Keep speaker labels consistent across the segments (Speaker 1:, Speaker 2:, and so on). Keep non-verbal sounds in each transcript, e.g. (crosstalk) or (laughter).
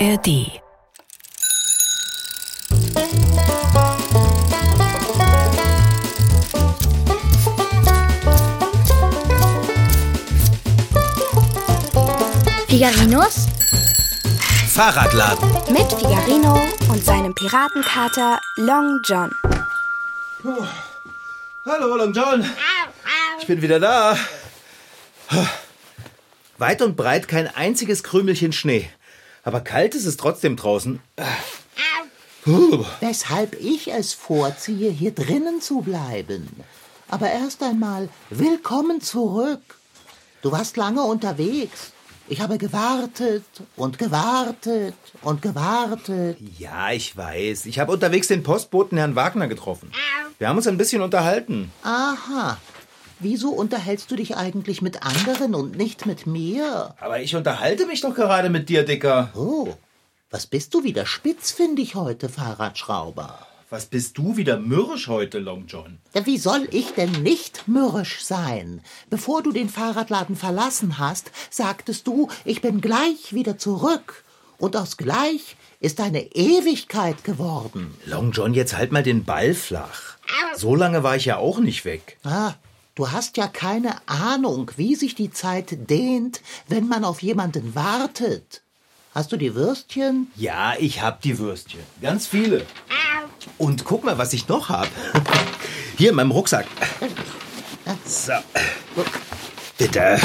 Speaker 1: ARD.
Speaker 2: Figarinos
Speaker 3: Fahrradladen.
Speaker 2: mit Figarino und seinem Piratenkater Long John.
Speaker 3: Hallo, Long John. Ich bin wieder da. Weit und breit kein einziges Krümelchen Schnee. Aber kalt ist es trotzdem draußen. Puh.
Speaker 4: Weshalb ich es vorziehe, hier drinnen zu bleiben. Aber erst einmal, willkommen zurück. Du warst lange unterwegs. Ich habe gewartet und gewartet und gewartet.
Speaker 3: Ja, ich weiß. Ich habe unterwegs den Postboten Herrn Wagner getroffen. Wir haben uns ein bisschen unterhalten.
Speaker 4: Aha. Wieso unterhältst du dich eigentlich mit anderen und nicht mit mir?
Speaker 3: Aber ich unterhalte mich doch gerade mit dir, Dicker.
Speaker 4: Oh, was bist du wieder spitzfindig heute, Fahrradschrauber?
Speaker 3: Was bist du wieder mürrisch heute, Long John?
Speaker 4: Ja, Wie soll ich denn nicht mürrisch sein? Bevor du den Fahrradladen verlassen hast, sagtest du, ich bin gleich wieder zurück. Und aus gleich ist eine Ewigkeit geworden.
Speaker 3: Long John, jetzt halt mal den Ball flach. So lange war ich ja auch nicht weg.
Speaker 4: Ah, du hast ja keine Ahnung, wie sich die Zeit dehnt, wenn man auf jemanden wartet. Hast du die Würstchen?
Speaker 3: Ja, ich hab die Würstchen. Ganz viele. Und guck mal, was ich noch hab. (laughs) Hier in meinem Rucksack. So. Bitte.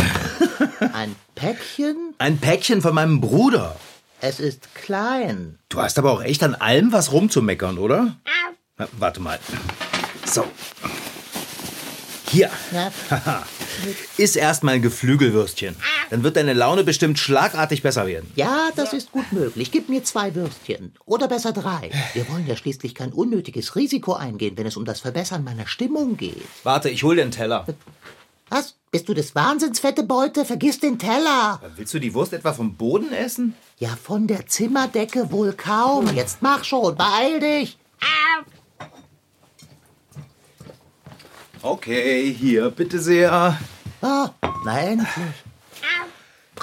Speaker 4: Ein Päckchen?
Speaker 3: Ein Päckchen von meinem Bruder.
Speaker 4: Es ist klein.
Speaker 3: Du hast aber auch echt an allem was rumzumeckern, oder? Na, warte mal. So. Hier. (laughs)
Speaker 4: Na,
Speaker 3: Iss erstmal ein Geflügelwürstchen. Dann wird deine Laune bestimmt schlagartig besser werden.
Speaker 4: Ja, das ist gut möglich. Gib mir zwei Würstchen. Oder besser drei. Wir wollen ja schließlich kein unnötiges Risiko eingehen, wenn es um das Verbessern meiner Stimmung geht.
Speaker 3: Warte, ich hol den Teller.
Speaker 4: Was? Bist du des Wahnsinns, fette Beute? Vergiss den Teller.
Speaker 3: Willst du die Wurst etwa vom Boden essen?
Speaker 4: Ja, von der Zimmerdecke wohl kaum. Jetzt mach schon, beeil dich.
Speaker 3: Okay, hier, bitte sehr.
Speaker 4: Ah, na endlich.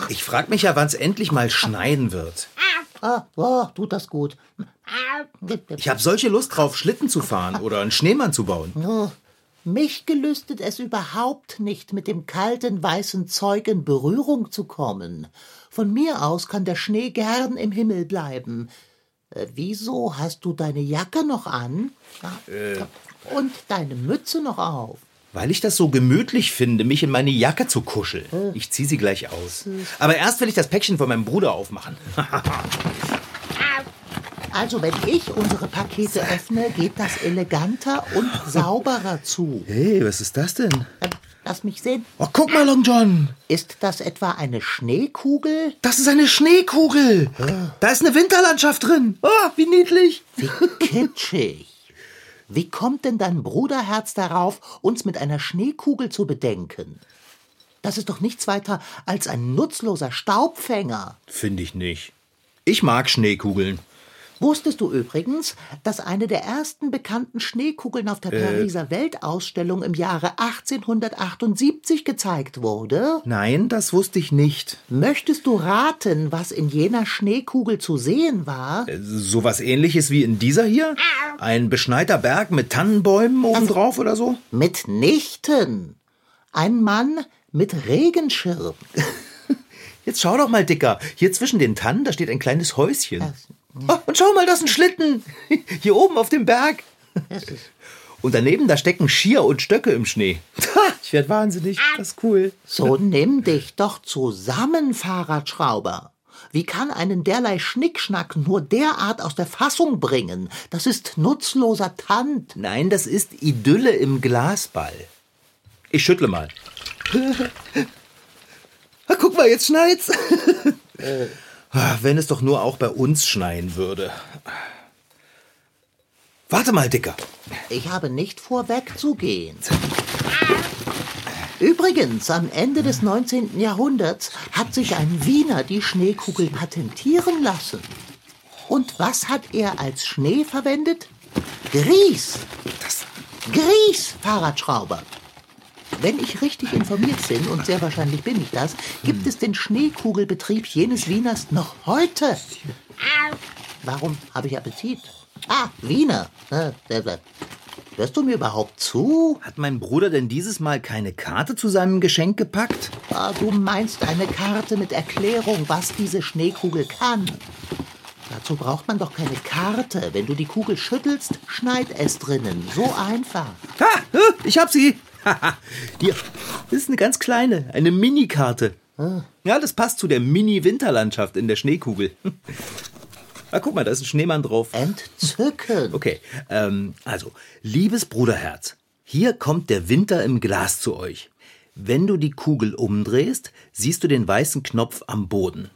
Speaker 3: Ich frag mich ja, wann's endlich mal schneien wird.
Speaker 4: Ah, oh, tut das gut. Ah,
Speaker 3: Ich hab solche Lust drauf, Schlitten zu fahren oder einen Schneemann zu bauen.
Speaker 4: Oh, mich gelüstet es überhaupt nicht, mit dem kalten weißen Zeug in Berührung zu kommen. Von mir aus kann der Schnee gern im Himmel bleiben. Äh, wieso hast du deine Jacke noch an? Ah, Und deine Mütze noch auf.
Speaker 3: Weil ich das so gemütlich finde, mich in meine Jacke zu kuscheln. Ich zieh sie gleich aus. Aber erst will ich das Päckchen von meinem Bruder aufmachen.
Speaker 4: Also, wenn ich unsere Pakete öffne, geht das eleganter und sauberer zu.
Speaker 3: Hey, was ist das denn?
Speaker 4: Äh, Lass mich sehen.
Speaker 3: Oh, guck mal, Long John.
Speaker 4: Ist das etwa eine Schneekugel?
Speaker 3: Das ist eine Schneekugel. Da ist eine Winterlandschaft drin. Oh, wie niedlich.
Speaker 4: Wie kitschig. Wie kommt denn dein Bruderherz darauf, uns mit einer Schneekugel zu bedenken? Das ist doch nichts weiter als ein nutzloser Staubfänger.
Speaker 3: Finde ich nicht. Ich mag Schneekugeln.
Speaker 4: Wusstest du übrigens, dass eine der ersten bekannten Schneekugeln auf der Pariser Weltausstellung im Jahre 1878 gezeigt wurde?
Speaker 3: Nein, das wusste ich nicht.
Speaker 4: Möchtest du raten, was in jener Schneekugel zu sehen war?
Speaker 3: Äh. Sowas ähnliches wie in dieser hier? Ein beschneiter Berg mit Tannenbäumen obendrauf oder so?
Speaker 4: Mitnichten. Ein Mann mit Regenschirm.
Speaker 3: Jetzt schau doch mal, Dicker. Hier zwischen den Tannen, da steht ein kleines Häuschen. Oh, und schau mal, das ist ein Schlitten. (laughs) Hier oben auf dem Berg. Und daneben, da stecken Skier und Stöcke im Schnee. (laughs) Ich werd wahnsinnig. Das ist cool.
Speaker 4: So nimm dich doch zusammen, Fahrradschrauber. Wie kann einen derlei Schnickschnack nur derart aus der Fassung bringen? Das ist nutzloser Tand.
Speaker 3: Nein, das ist Idylle im Glasball. Ich schüttle mal. (laughs) Ah, Guck mal, jetzt schneit's. (laughs) Ah, Wenn es doch nur auch bei uns schneien würde. Warte mal, Dicker.
Speaker 4: Ich habe nicht vor, wegzugehen. Übrigens, am Ende des 19. Jahrhunderts hat sich ein Wiener die Schneekugel patentieren lassen. Und was hat er als Schnee verwendet? Grieß. Grieß, Fahrradschrauber. Wenn ich richtig informiert bin, und sehr wahrscheinlich bin ich das, gibt es den Schneekugelbetrieb jenes Wieners noch heute. Warum habe ich Appetit? Ah, Wiener. Äh, äh, äh, Hörst du mir überhaupt zu?
Speaker 3: Hat mein Bruder denn dieses Mal keine Karte zu seinem Geschenk gepackt?
Speaker 4: Ah, du meinst eine Karte mit Erklärung, was diese Schneekugel kann. Dazu braucht man doch keine Karte. Wenn du die Kugel schüttelst, schneit es drinnen. So einfach.
Speaker 3: Ha! äh, Ich hab sie! (laughs) Haha, Hier, das ist eine ganz kleine, eine Mini-Karte. Ja, das passt zu der Mini-Winterlandschaft in der Schneekugel. (laughs) Ah, guck mal, da ist ein Schneemann drauf.
Speaker 4: Entzücken.
Speaker 3: Okay, ähm, also, liebes Bruderherz, hier kommt der Winter im Glas zu euch. Wenn du die Kugel umdrehst, siehst du den weißen Knopf am Boden.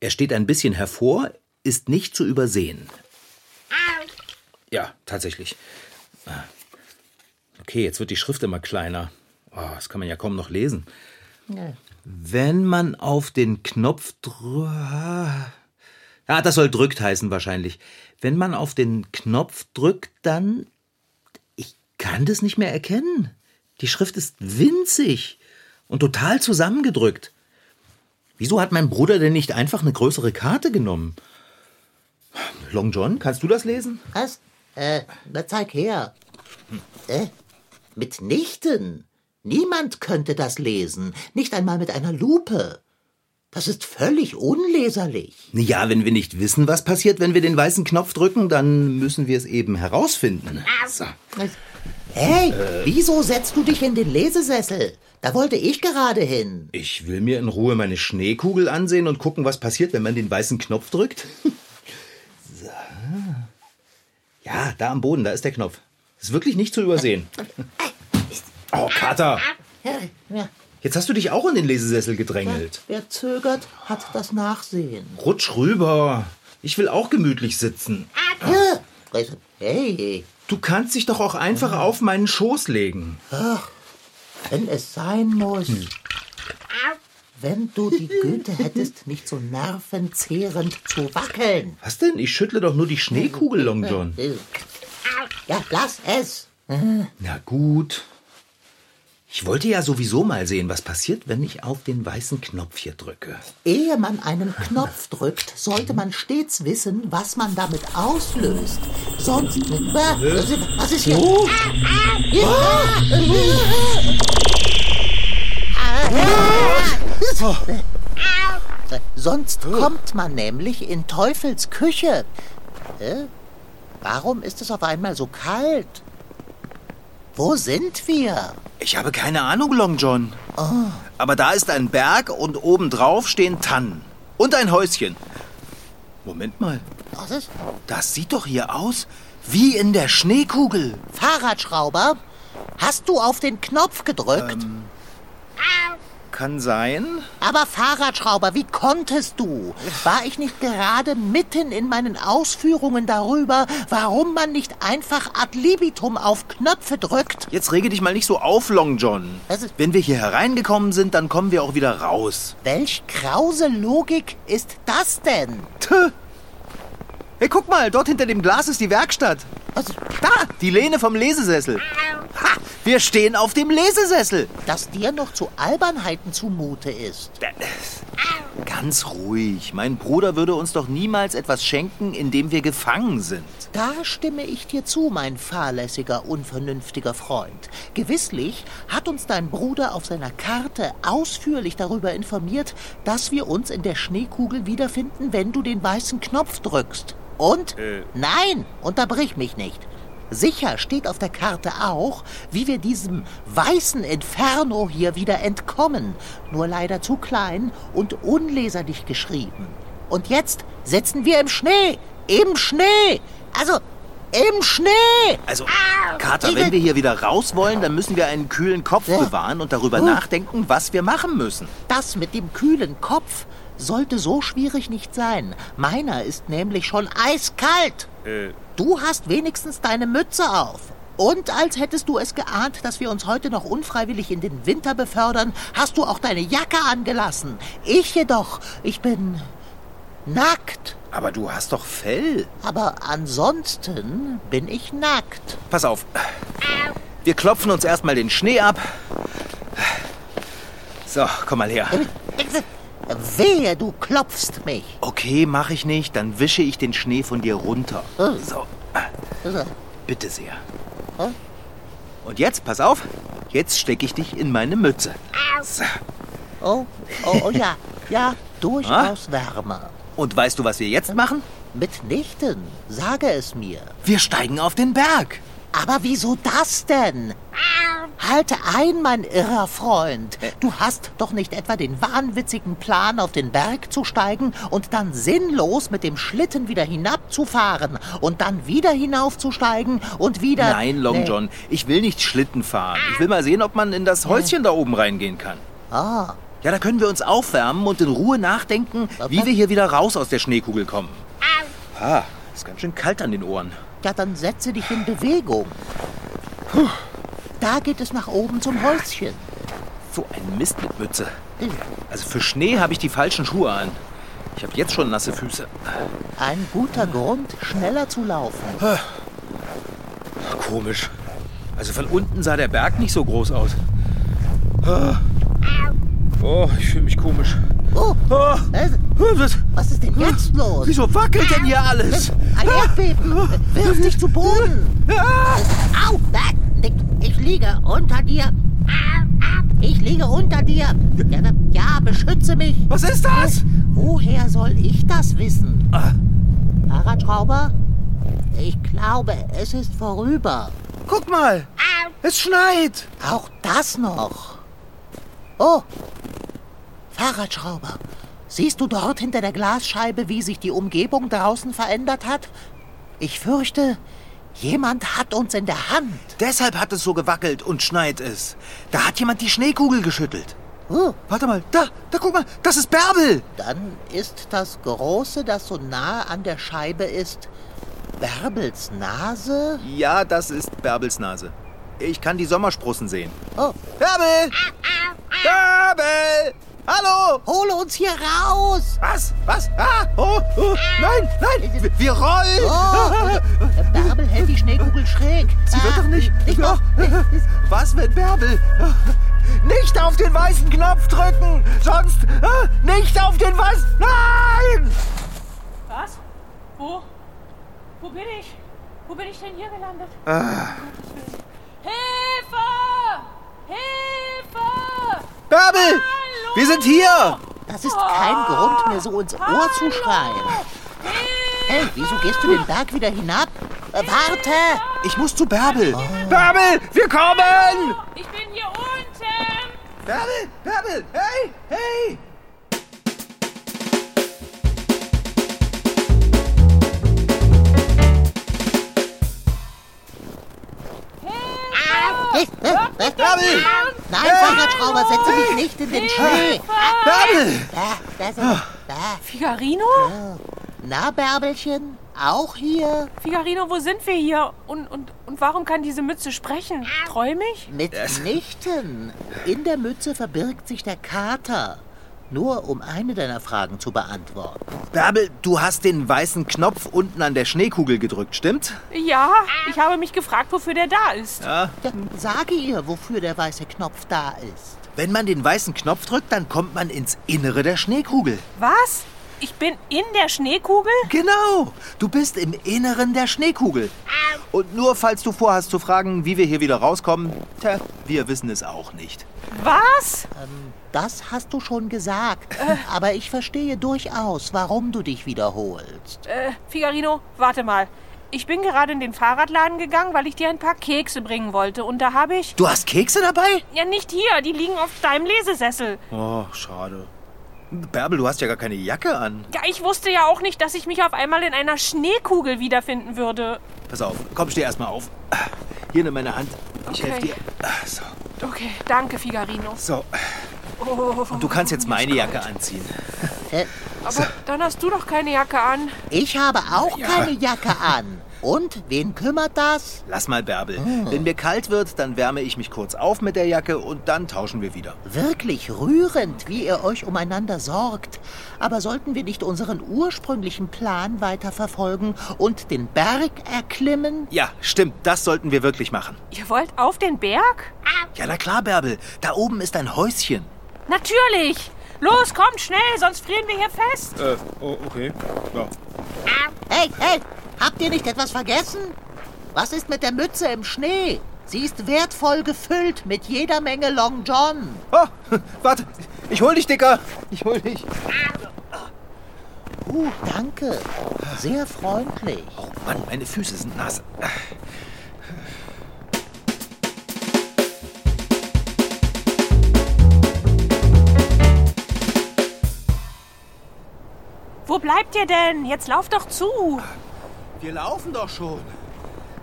Speaker 3: Er steht ein bisschen hervor, ist nicht zu übersehen. Ja, tatsächlich. Ah. Okay, jetzt wird die Schrift immer kleiner. Oh, das kann man ja kaum noch lesen. Wenn man auf den Knopf drückt. Ah, das soll drückt heißen wahrscheinlich. Wenn man auf den Knopf drückt, dann. Ich kann das nicht mehr erkennen. Die Schrift ist winzig und total zusammengedrückt. Wieso hat mein Bruder denn nicht einfach eine größere Karte genommen? Long John, kannst du das lesen?
Speaker 4: Was? Äh, na zeig her. Äh, mitnichten. Niemand könnte das lesen. Nicht einmal mit einer Lupe. Das ist völlig unleserlich.
Speaker 3: Ja, wenn wir nicht wissen, was passiert, wenn wir den weißen Knopf drücken, dann müssen wir es eben herausfinden. So.
Speaker 4: Hey, wieso setzt du dich in den Lesesessel? Da wollte ich gerade hin.
Speaker 3: Ich will mir in Ruhe meine Schneekugel ansehen und gucken, was passiert, wenn man den weißen Knopf drückt. (laughs) so. Ja, da am Boden, da ist der Knopf. Ist wirklich nicht zu übersehen. Oh, Kater,
Speaker 4: Ja,
Speaker 3: jetzt hast du dich auch in den Lesesessel gedrängelt.
Speaker 4: wer zögert, hat das Nachsehen.
Speaker 3: Rutsch rüber. Ich will auch gemütlich sitzen.
Speaker 4: Hey,
Speaker 3: Du kannst dich doch auch einfach auf meinen Schoß legen.
Speaker 4: wenn es sein muss. Wenn du die Güte hättest, nicht so nervenzehrend zu wackeln.
Speaker 3: Was denn? Ich schüttle doch nur die Schneekugel, Long John.
Speaker 4: Ja, lass es.
Speaker 3: Na gut. Ich wollte ja sowieso mal sehen, was passiert, wenn ich auf den weißen Knopf hier drücke.
Speaker 4: Ehe man einen Knopf drückt, sollte man stets wissen, was man damit auslöst. Sonst. Äh, Was ist- was ist hier? Äh, Sonst kommt man nämlich in Teufels Küche. Äh, Warum ist es auf einmal so kalt? Wo sind wir?
Speaker 3: Ich habe keine Ahnung, Long John. Aber da ist ein Berg und obendrauf stehen Tannen. Und ein Häuschen. Moment mal,
Speaker 4: Was ist?
Speaker 3: das sieht doch hier aus wie in der Schneekugel.
Speaker 4: Fahrradschrauber? Hast du auf den Knopf gedrückt?
Speaker 3: Kann sein.
Speaker 4: Aber Fahrradschrauber, wie konntest du? War ich nicht gerade mitten in meinen Ausführungen darüber, warum man nicht einfach ad libitum auf Knöpfe drückt?
Speaker 3: Jetzt rege dich mal nicht so auf, Long John.
Speaker 4: Was ist-
Speaker 3: Wenn wir hier hereingekommen sind, dann kommen wir auch wieder raus.
Speaker 4: Welch krause Logik ist das denn?
Speaker 3: Hey, guck mal, dort hinter dem Glas ist die Werkstatt.
Speaker 4: Also,
Speaker 3: Da, die Lehne vom Lesesessel. Ha, wir stehen auf dem Lesesessel.
Speaker 4: dass dir noch zu Albernheiten zumute ist.
Speaker 3: Ganz ruhig. Mein Bruder würde uns doch niemals etwas schenken, in dem wir gefangen sind.
Speaker 4: Da stimme ich dir zu, mein fahrlässiger, unvernünftiger Freund. Gewisslich hat uns dein Bruder auf seiner Karte ausführlich darüber informiert, dass wir uns in der Schneekugel wiederfinden, wenn du den weißen Knopf drückst. Und? Nein, unterbrich mich nicht. Sicher steht auf der Karte auch, wie wir diesem weißen Inferno hier wieder entkommen. Nur leider zu klein und unleserlich geschrieben. Und jetzt sitzen wir im Schnee. Im Schnee. Also, im Schnee.
Speaker 3: Also, Kater, wenn wir hier wieder raus wollen, dann müssen wir einen kühlen Kopf
Speaker 4: Ja.
Speaker 3: bewahren und darüber
Speaker 4: Uh.
Speaker 3: nachdenken, was wir machen müssen.
Speaker 4: Das mit dem kühlen Kopf sollte so schwierig nicht sein. Meiner ist nämlich schon eiskalt. Du hast wenigstens deine Mütze auf. Und als hättest du es geahnt, dass wir uns heute noch unfreiwillig in den Winter befördern, hast du auch deine Jacke angelassen. Ich jedoch, ich bin nackt.
Speaker 3: Aber du hast doch Fell.
Speaker 4: Aber ansonsten bin ich nackt.
Speaker 3: Pass auf. Wir klopfen uns erstmal den Schnee ab. So, komm mal her.
Speaker 4: Wehe, du klopfst mich.
Speaker 3: Okay, mache ich nicht. Dann wische ich den Schnee von dir runter.
Speaker 4: Oh.
Speaker 3: So, bitte sehr. Und jetzt, pass auf. Jetzt stecke ich dich in meine Mütze. So.
Speaker 4: Oh, oh, oh ja, ja, durchaus wärmer.
Speaker 3: Und weißt du, was wir jetzt machen?
Speaker 4: Mitnichten, sage es mir.
Speaker 3: Wir steigen auf den Berg.
Speaker 4: Aber wieso das denn? Halte ein, mein irrer Freund. Du hast doch nicht etwa den wahnwitzigen Plan, auf den Berg zu steigen und dann sinnlos mit dem Schlitten wieder hinabzufahren und dann wieder hinaufzusteigen und wieder.
Speaker 3: Nein, Long
Speaker 4: Nee.
Speaker 3: John, ich will nicht Schlitten fahren. Ich will mal sehen, ob man in das Häuschen da oben reingehen kann.
Speaker 4: Ah,
Speaker 3: Ja, da können wir uns aufwärmen und in Ruhe nachdenken, wie wir hier wieder raus aus der Schneekugel kommen. Ah, ist ganz schön kalt an den Ohren.
Speaker 4: ja, dann setze dich in Bewegung. Da geht es nach oben zum Häuschen.
Speaker 3: So ein Mist mit Mütze. Also für Schnee habe ich die falschen Schuhe an. Ich habe jetzt schon nasse Füße.
Speaker 4: Ein guter Grund, schneller zu laufen.
Speaker 3: Komisch. Also von unten sah der Berg nicht so groß aus. Ah. Oh, ich fühle mich komisch.
Speaker 4: Oh,
Speaker 3: Ah.
Speaker 4: äh,
Speaker 3: Was?
Speaker 4: was ist denn jetzt los?
Speaker 3: Wieso wackelt denn hier alles?
Speaker 4: Ein Erdbeben! Wirf dich zu Boden!
Speaker 3: Ah.
Speaker 4: Au! ah, Nick, Ich liege unter dir! Ah, ah, Ich liege unter dir! Ja, Ja, beschütze mich!
Speaker 3: Was ist das?
Speaker 4: Woher soll ich das wissen?
Speaker 3: Ah.
Speaker 4: Fahrradschrauber? Ich glaube, es ist vorüber.
Speaker 3: Guck mal. Es schneit.
Speaker 4: Auch das noch. Oh, Fahrradschrauber. Siehst du dort hinter der Glasscheibe, wie sich die Umgebung draußen verändert hat? Ich fürchte, jemand hat uns in der Hand.
Speaker 3: Deshalb hat es so gewackelt und schneit es. Da hat jemand die Schneekugel geschüttelt.
Speaker 4: Oh,
Speaker 3: Warte mal, da, da guck mal, das ist Bärbel.
Speaker 4: dann ist das Große, das so nahe an der Scheibe ist, Bärbels Nase?
Speaker 3: Ja, das ist Bärbels Nase. Ich kann die Sommersprossen sehen.
Speaker 4: Oh,
Speaker 3: Bärbel! Bärbel! Hallo!
Speaker 4: hole uns hier raus!
Speaker 3: Was? Was? Ah! Oh! oh nein! Nein! Wir- Wir rollen!
Speaker 4: Oh, Bärbel hält die Schneekugel schräg. Ah,
Speaker 3: Sie wird doch nicht.
Speaker 4: Nicht
Speaker 3: Ja.
Speaker 4: doch.
Speaker 3: Was, wenn Bärbel? Nicht auf den weißen Knopf drücken! Sonst. ah, Nicht auf den weißen. Nein!
Speaker 1: Was? Wo? Wo bin ich? Wo bin ich denn hier gelandet? Hilfe! Hilfe!
Speaker 3: Bärbel! Wir sind hier!
Speaker 4: Das ist kein Grund mehr, so ins Ohr zu schreien. Hey, wieso gehst du den Berg wieder hinab? Äh, warte!
Speaker 3: Ich muss zu Bärbel!
Speaker 4: Ah.
Speaker 3: Bärbel! Wir kommen!
Speaker 1: Ich bin hier unten!
Speaker 3: Bärbel! Bärbel! Hey! Hey!
Speaker 4: Hey, äh, äh,
Speaker 3: Bärbel!
Speaker 4: Nein, Fahrradschrauber, setze dich nicht in den Schnee!
Speaker 3: Bärbel!
Speaker 4: Da, da sind, da.
Speaker 1: Figarino?
Speaker 4: Na, Bärbelchen, auch hier?
Speaker 1: Figarino, wo sind wir hier? Und, und, und warum kann diese Mütze sprechen? Träume ich?
Speaker 4: Mitnichten. In der Mütze verbirgt sich der Kater. Nur um eine deiner Fragen zu beantworten.
Speaker 3: Bärbel, du hast den weißen Knopf unten an der Schneekugel gedrückt, stimmt?
Speaker 1: Ja, ich habe mich gefragt, wofür der da ist.
Speaker 4: Ja, sage ihr, wofür der weiße Knopf da ist.
Speaker 3: Wenn man den weißen Knopf drückt, dann kommt man ins Innere der Schneekugel.
Speaker 1: Was? Ich bin in der Schneekugel?
Speaker 3: Genau, du bist im Inneren der Schneekugel. Und nur falls du vorhast zu fragen, wie wir hier wieder rauskommen, tja, wir wissen es auch nicht.
Speaker 1: Was?
Speaker 4: Das hast du schon gesagt. Aber ich verstehe durchaus, warum du dich wiederholst.
Speaker 1: Äh, Figarino, warte mal. Ich bin gerade in den Fahrradladen gegangen, weil ich dir ein paar Kekse bringen wollte. Und da habe ich.
Speaker 3: Du hast Kekse dabei?
Speaker 1: Ja, nicht hier, die liegen auf deinem Lesesessel.
Speaker 3: Oh, schade. Bärbel, du hast ja gar keine Jacke an.
Speaker 1: Ja, ich wusste ja auch nicht, dass ich mich auf einmal in einer Schneekugel wiederfinden würde.
Speaker 3: Pass auf, komm, steh erstmal auf. Hier, nimm meine Hand. Ich
Speaker 1: Okay.
Speaker 3: helfe dir. Ah, So,
Speaker 1: Okay, danke, Figarino.
Speaker 3: so.
Speaker 1: Oh,
Speaker 3: Und du kannst jetzt meine Jacke anziehen.
Speaker 4: Äh,
Speaker 1: aber dann hast du doch keine Jacke an.
Speaker 4: Ich habe auch keine Jacke an. Und wen kümmert das?
Speaker 3: Lass mal, Bärbel. Wenn mir kalt wird, dann wärme ich mich kurz auf mit der Jacke und dann tauschen wir wieder.
Speaker 4: Wirklich rührend, wie ihr euch umeinander sorgt. Aber sollten wir nicht unseren ursprünglichen Plan weiterverfolgen und den Berg erklimmen?
Speaker 3: Ja, stimmt, das sollten wir wirklich machen.
Speaker 1: Ihr wollt auf den Berg?
Speaker 3: Ja, na klar, Bärbel. Da oben ist ein Häuschen.
Speaker 1: Natürlich! Los, kommt schnell, sonst frieren wir hier fest.
Speaker 5: Äh, oh, okay. Ja.
Speaker 4: Hey, hey, habt ihr nicht etwas vergessen? Was ist mit der Mütze im Schnee? Sie ist wertvoll gefüllt mit jeder Menge Long John.
Speaker 3: Ah, (laughs) warte, ich hol dich, Dicker. Ich hol dich.
Speaker 4: Uh, danke. Sehr freundlich.
Speaker 3: Oh Mann, meine Füße sind nass.
Speaker 1: Wo bleibt ihr denn? Jetzt lauf doch zu.
Speaker 5: Wir laufen doch schon.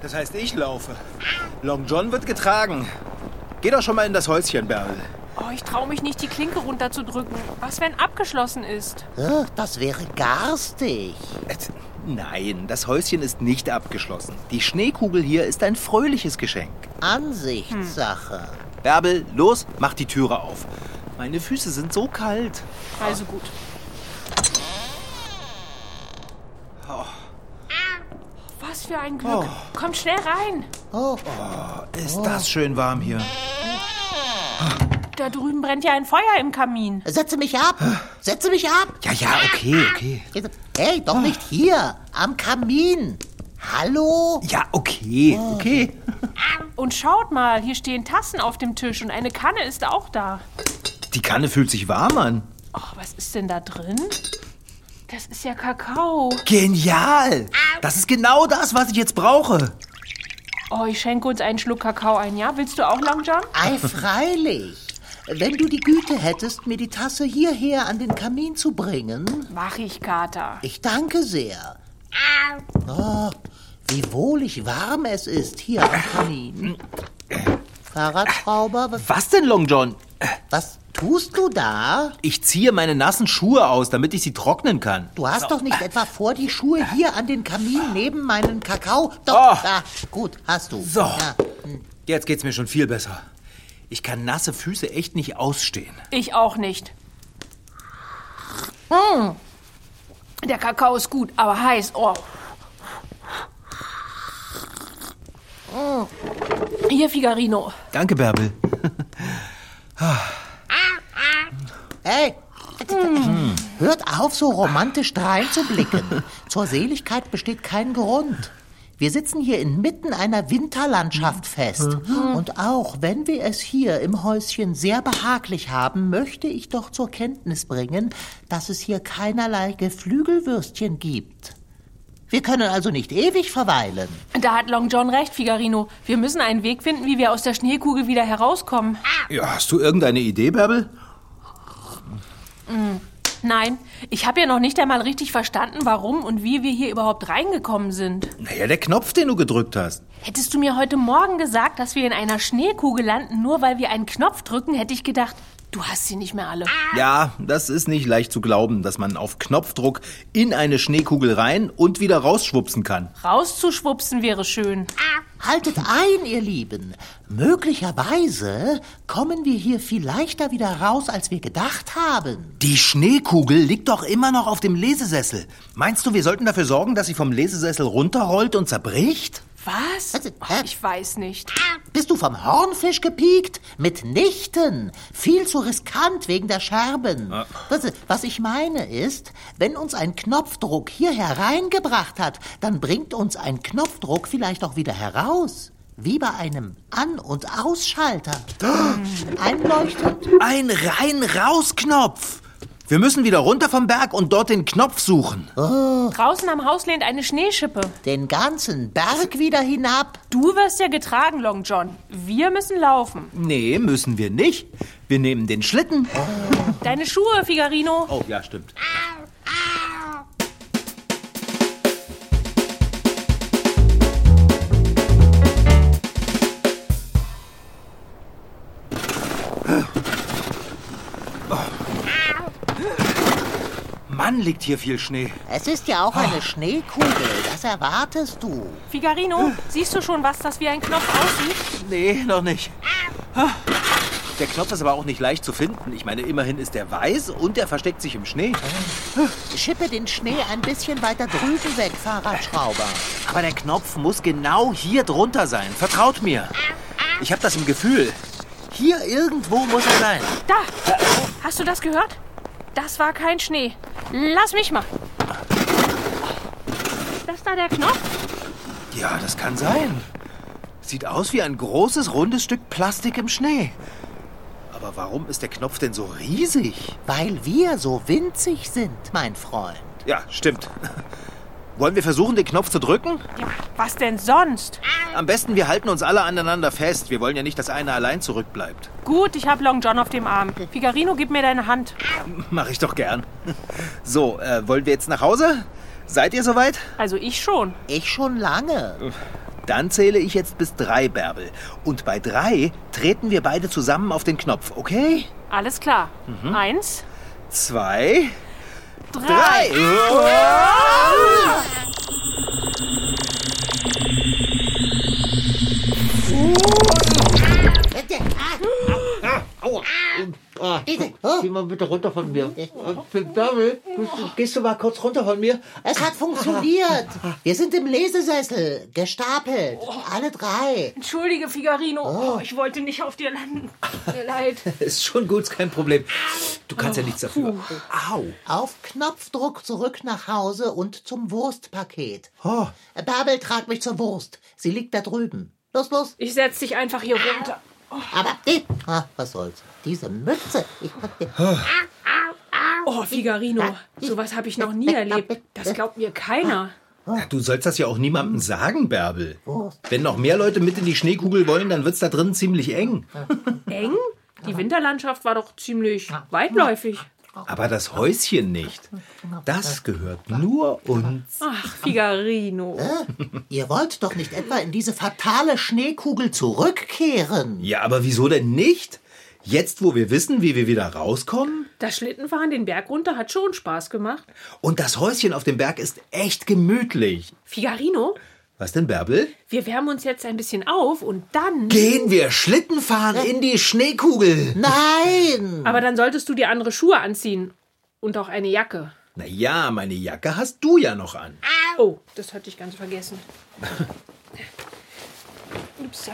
Speaker 5: Das heißt, ich laufe. Long John wird getragen. Geh doch schon mal in das Häuschen, Bärbel.
Speaker 1: Oh, ich traue mich nicht, die Klinke runterzudrücken. Was, wenn abgeschlossen ist?
Speaker 4: Äh, Das wäre garstig.
Speaker 3: Äh, Nein, das Häuschen ist nicht abgeschlossen. Die Schneekugel hier ist ein fröhliches Geschenk.
Speaker 4: Ansichtssache.
Speaker 3: Bärbel, los, mach die Türe auf. Meine Füße sind so kalt.
Speaker 1: Also gut. Was für ein Glück. Kommt schnell rein.
Speaker 3: Ist
Speaker 5: Oh.
Speaker 3: das schön warm hier.
Speaker 1: Da drüben brennt ja ein Feuer im Kamin.
Speaker 4: Setze mich ab. Setze mich ab.
Speaker 3: Ja, ja, okay, okay.
Speaker 4: Hey, doch nicht hier. Am Kamin. Hallo?
Speaker 3: Ja, okay, Oh. okay.
Speaker 1: Und schaut mal, hier stehen Tassen auf dem Tisch und eine Kanne ist auch da.
Speaker 3: Die Kanne fühlt sich warm an.
Speaker 1: Oh, was ist denn da drin? Das ist ja Kakao.
Speaker 3: Genial! Das ist genau das, was ich jetzt brauche.
Speaker 1: Oh, ich schenke uns einen Schluck Kakao ein, ja? Willst du auch Long John?
Speaker 4: Ei, freilich. Wenn du die Güte hättest, mir die Tasse hierher an den Kamin zu bringen.
Speaker 1: Mach ich, Kater.
Speaker 4: Ich danke sehr. Oh, wie wohlig warm es ist hier am Kamin. Fahrradschrauber, was,
Speaker 3: Was denn, Long John?
Speaker 4: was tust du da?
Speaker 3: Ich ziehe meine nassen Schuhe aus, damit ich sie trocknen kann.
Speaker 4: Du hast doch nicht etwa vor, die Schuhe hier an den Kamin neben meinen Kakao. Doch,
Speaker 3: Oh.
Speaker 4: da, gut, hast du.
Speaker 3: So.
Speaker 4: Ja.
Speaker 3: Jetzt geht's mir schon viel besser. Ich kann nasse Füße echt nicht ausstehen.
Speaker 1: Ich auch nicht. Mm. Der Kakao ist gut, aber heiß. Oh. Mm. Hier, Figarino.
Speaker 3: Danke, Bärbel.
Speaker 4: Hey,
Speaker 3: Hm.
Speaker 4: hört auf, so romantisch dreinzublicken. Zur Seligkeit besteht kein Grund. Wir sitzen hier inmitten einer Winterlandschaft fest.
Speaker 3: Mhm.
Speaker 4: Und auch wenn wir es hier im Häuschen sehr behaglich haben, möchte ich doch zur Kenntnis bringen, dass es hier keinerlei Geflügelwürstchen gibt. Wir können also nicht ewig verweilen.
Speaker 1: Da hat Long John recht, Figarino. Wir müssen einen Weg finden, wie wir aus der Schneekugel wieder herauskommen.
Speaker 3: Ja, hast du irgendeine Idee, Bärbel?
Speaker 1: Nein, ich habe ja noch nicht einmal richtig verstanden, warum und wie wir hier überhaupt reingekommen sind.
Speaker 3: Naja, der Knopf, den du gedrückt hast.
Speaker 1: Hättest du mir heute Morgen gesagt, dass wir in einer Schneekugel landen, nur weil wir einen Knopf drücken, hätte ich gedacht, du hast sie nicht mehr alle.
Speaker 3: Ja, das ist nicht leicht zu glauben, dass man auf Knopfdruck in eine Schneekugel rein und wieder rausschwupsen kann.
Speaker 1: Rauszuschwupsen wäre schön.
Speaker 4: Haltet ein, ihr Lieben. Möglicherweise kommen wir hier viel leichter wieder raus, als wir gedacht haben.
Speaker 3: Die Schneekugel liegt doch immer noch auf dem Lesesessel. Meinst du, wir sollten dafür sorgen, dass sie vom Lesesessel runterrollt und zerbricht?
Speaker 1: Was?
Speaker 4: Also,
Speaker 1: Ach, ich weiß nicht.
Speaker 4: Bist du vom Hornfisch gepiekt? Mitnichten. Viel zu riskant wegen der Scherben. Das, ist- was ich meine ist, wenn uns ein Knopfdruck hier hereingebracht hat, dann bringt uns ein Knopfdruck vielleicht auch wieder heraus. Wie bei einem An- und Ausschalter. Einleuchtend.
Speaker 3: Ein Rein-Raus-Knopf! Wir müssen wieder runter vom Berg und dort den Knopf suchen.
Speaker 1: Draußen am Haus lehnt eine Schneeschippe.
Speaker 4: Den ganzen Berg wieder hinab.
Speaker 1: Du wirst ja getragen, Long John. Wir müssen laufen.
Speaker 3: Nee, müssen wir nicht. Wir nehmen den Schlitten.
Speaker 1: Deine Schuhe, Figarino.
Speaker 3: Oh, ja, stimmt. Mann, liegt hier viel Schnee.
Speaker 4: Es ist ja auch
Speaker 6: Ah.
Speaker 4: eine Schneekugel. Das erwartest du.
Speaker 1: Figarino, siehst du schon was, das wie ein Knopf aussieht?
Speaker 3: Nee, noch nicht. Ah. Der Knopf ist aber auch nicht leicht zu finden. Ich meine, immerhin ist er weiß und er versteckt sich im Schnee.
Speaker 4: Schippe den Schnee ein bisschen weiter drüben weg, Fahrradschrauber.
Speaker 3: Aber der Knopf muss genau hier drunter sein. Vertraut mir. Ich habe das im Gefühl. Hier irgendwo muss er sein.
Speaker 1: Da! Hast du das gehört? Das war kein Schnee. Lass mich mal. Das da der Knopf?
Speaker 5: Ja, das kann sein. Sieht aus wie ein großes, rundes Stück Plastik im Schnee. Aber warum ist der Knopf denn so riesig?
Speaker 4: Weil wir so winzig sind, mein Freund.
Speaker 5: Ja, stimmt. (laughs) Wollen wir versuchen, den Knopf zu drücken?
Speaker 1: Ja, was denn sonst?
Speaker 5: Am besten, wir halten uns alle aneinander fest. Wir wollen ja nicht, dass einer allein zurückbleibt. (laughs)
Speaker 1: Gut, ich hab Long John auf dem Arm. Figarino, gib mir deine Hand.
Speaker 5: Mache ich doch gern. (laughs) So, äh, wollen wir jetzt nach Hause? Seid ihr soweit?
Speaker 1: Also ich schon.
Speaker 4: Ich schon lange.
Speaker 5: Dann zähle ich jetzt bis drei, Bärbel. Und bei drei treten wir beide zusammen auf den Knopf, okay?
Speaker 1: Alles klar. Eins,
Speaker 5: Zwei,
Speaker 1: drei.
Speaker 5: drei.
Speaker 4: Ah.
Speaker 6: Geh mal bitte runter von mir. Äh, Bärbel, gehst du mal kurz runter von mir? Ah,
Speaker 4: Es hat funktioniert. Wir sind im Lesesessel, gestapelt, alle drei.
Speaker 1: Entschuldige, Figarino. Oh, ich wollte nicht auf dir landen. Tut Mir leid.
Speaker 3: Ist schon gut, ist kein Problem. Du kannst
Speaker 6: Ah,
Speaker 3: ja nichts dafür. Au.
Speaker 4: Auf Knopfdruck zurück nach Hause und zum Wurstpaket.
Speaker 3: Oh.
Speaker 4: Bärbel, trag mich zur Wurst. Sie liegt da drüben. Los, los.
Speaker 1: Ich setz dich einfach hier runter.
Speaker 4: Aber, eh, ah, was soll's. Diese Mütze. Ich,
Speaker 1: Oh, Figarino, sowas habe ich noch nie erlebt. Das glaubt mir keiner.
Speaker 3: Du sollst das ja auch niemandem sagen, Bärbel. Wenn noch mehr Leute mit in die Schneekugel wollen, dann wird's da drin ziemlich eng.
Speaker 1: Eng? Die Winterlandschaft war doch ziemlich weitläufig.
Speaker 3: Aber das Häuschen nicht. Das gehört nur uns.
Speaker 1: Ach, Figarino.
Speaker 4: ihr wollt doch nicht etwa in diese fatale Schneekugel zurückkehren.
Speaker 3: Ja, aber wieso denn nicht? Jetzt, wo wir wissen, wie wir wieder rauskommen?
Speaker 1: Das Schlittenfahren den Berg runter hat schon Spaß gemacht.
Speaker 3: Und das Häuschen auf dem Berg ist echt gemütlich.
Speaker 1: Figarino,
Speaker 3: Was denn, Bärbel?
Speaker 1: wir wärmen uns jetzt ein bisschen auf und dann.
Speaker 3: Gehen wir Schlitten fahren in die Schneekugel.
Speaker 4: Nein.
Speaker 1: Aber dann solltest du dir andere Schuhe anziehen. Und auch eine Jacke.
Speaker 3: Na ja, meine Jacke hast du ja noch an.
Speaker 1: Oh, das hatte ich ganz vergessen. (laughs) Upsa.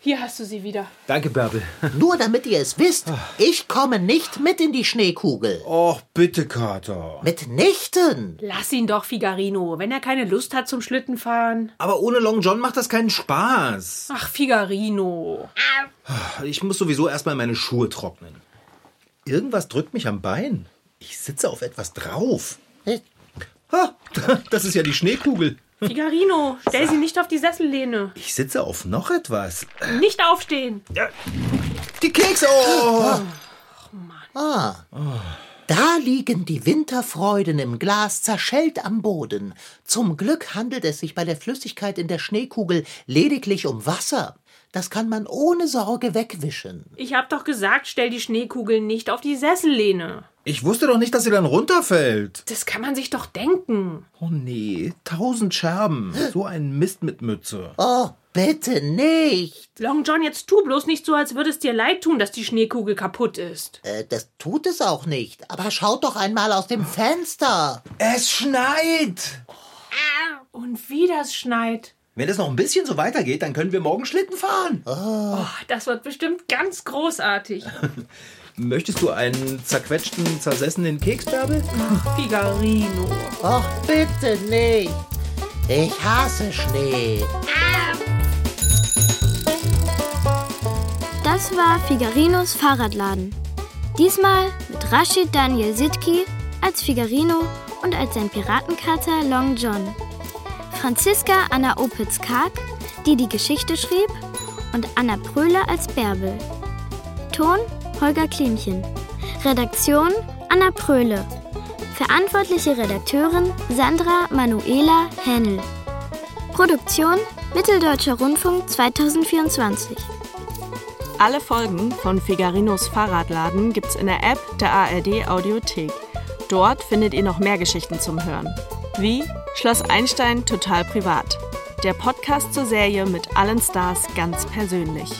Speaker 1: Hier hast du sie wieder.
Speaker 3: Danke, Bärbel.
Speaker 4: Nur damit ihr es wisst, ich komme nicht mit in die Schneekugel.
Speaker 3: Och, bitte, Kater.
Speaker 4: Mitnichten.
Speaker 1: Lass ihn doch, Figarino, wenn er keine Lust hat zum Schlittenfahren.
Speaker 3: Aber ohne Long John macht das keinen Spaß.
Speaker 1: Ach, Figarino.
Speaker 3: Ich muss sowieso erstmal meine Schuhe trocknen. Irgendwas drückt mich am Bein. Ich sitze auf etwas drauf. Ha, (laughs) das ist ja die Schneekugel.
Speaker 1: Figarino, stell sie nicht auf die Sessellehne.
Speaker 3: Ich sitze auf noch etwas.
Speaker 1: Nicht aufstehen.
Speaker 3: Die Kekse. Oh.
Speaker 4: ah. Da liegen die Winterfreuden im Glas zerschellt am Boden. Zum Glück handelt es sich bei der Flüssigkeit in der Schneekugel lediglich um Wasser. Das kann man ohne Sorge wegwischen.
Speaker 1: Ich hab doch gesagt, stell die Schneekugeln nicht auf die Sessellehne.
Speaker 3: Ich wusste doch nicht, dass sie dann runterfällt.
Speaker 1: Das kann man sich doch denken.
Speaker 3: Oh nee, tausend Scherben. So ein Mist mit Mütze.
Speaker 4: Oh, bitte nicht.
Speaker 1: Long John, jetzt tu bloß nicht so, als würde es dir leid tun, dass die Schneekugel kaputt ist.
Speaker 4: Äh, das tut es auch nicht. Aber schaut doch einmal aus dem Fenster.
Speaker 3: Es schneit.
Speaker 1: Und wie das schneit.
Speaker 3: Wenn es noch ein bisschen so weitergeht, dann können wir morgen Schlitten fahren.
Speaker 1: Ach, das wird bestimmt ganz großartig.
Speaker 3: Möchtest du einen zerquetschten, zersessenen Keks, Bärbel?
Speaker 1: Figarino.
Speaker 4: Och, bitte nicht. Ich hasse Schnee.
Speaker 7: Das war Figarinos Fahrradladen. Diesmal mit Rashid Daniel Sitki als Figarino und als sein Piratenkater Long John. Franziska Anna Opitz-Karg, die die Geschichte schrieb, und Anna Pröhle als Bärbel. Ton Holger Klimchen. Redaktion Anna Pröhle. Verantwortliche Redakteurin Sandra Manuela Hennel. Produktion Mitteldeutscher Rundfunk 2024.
Speaker 8: Alle Folgen von Figarinos Fahrradladen gibt's in der App der ARD Audiothek. Dort findet ihr noch mehr Geschichten zum Hören. Wie Schloss Einstein total privat. Der Podcast zur Serie mit allen Stars ganz persönlich.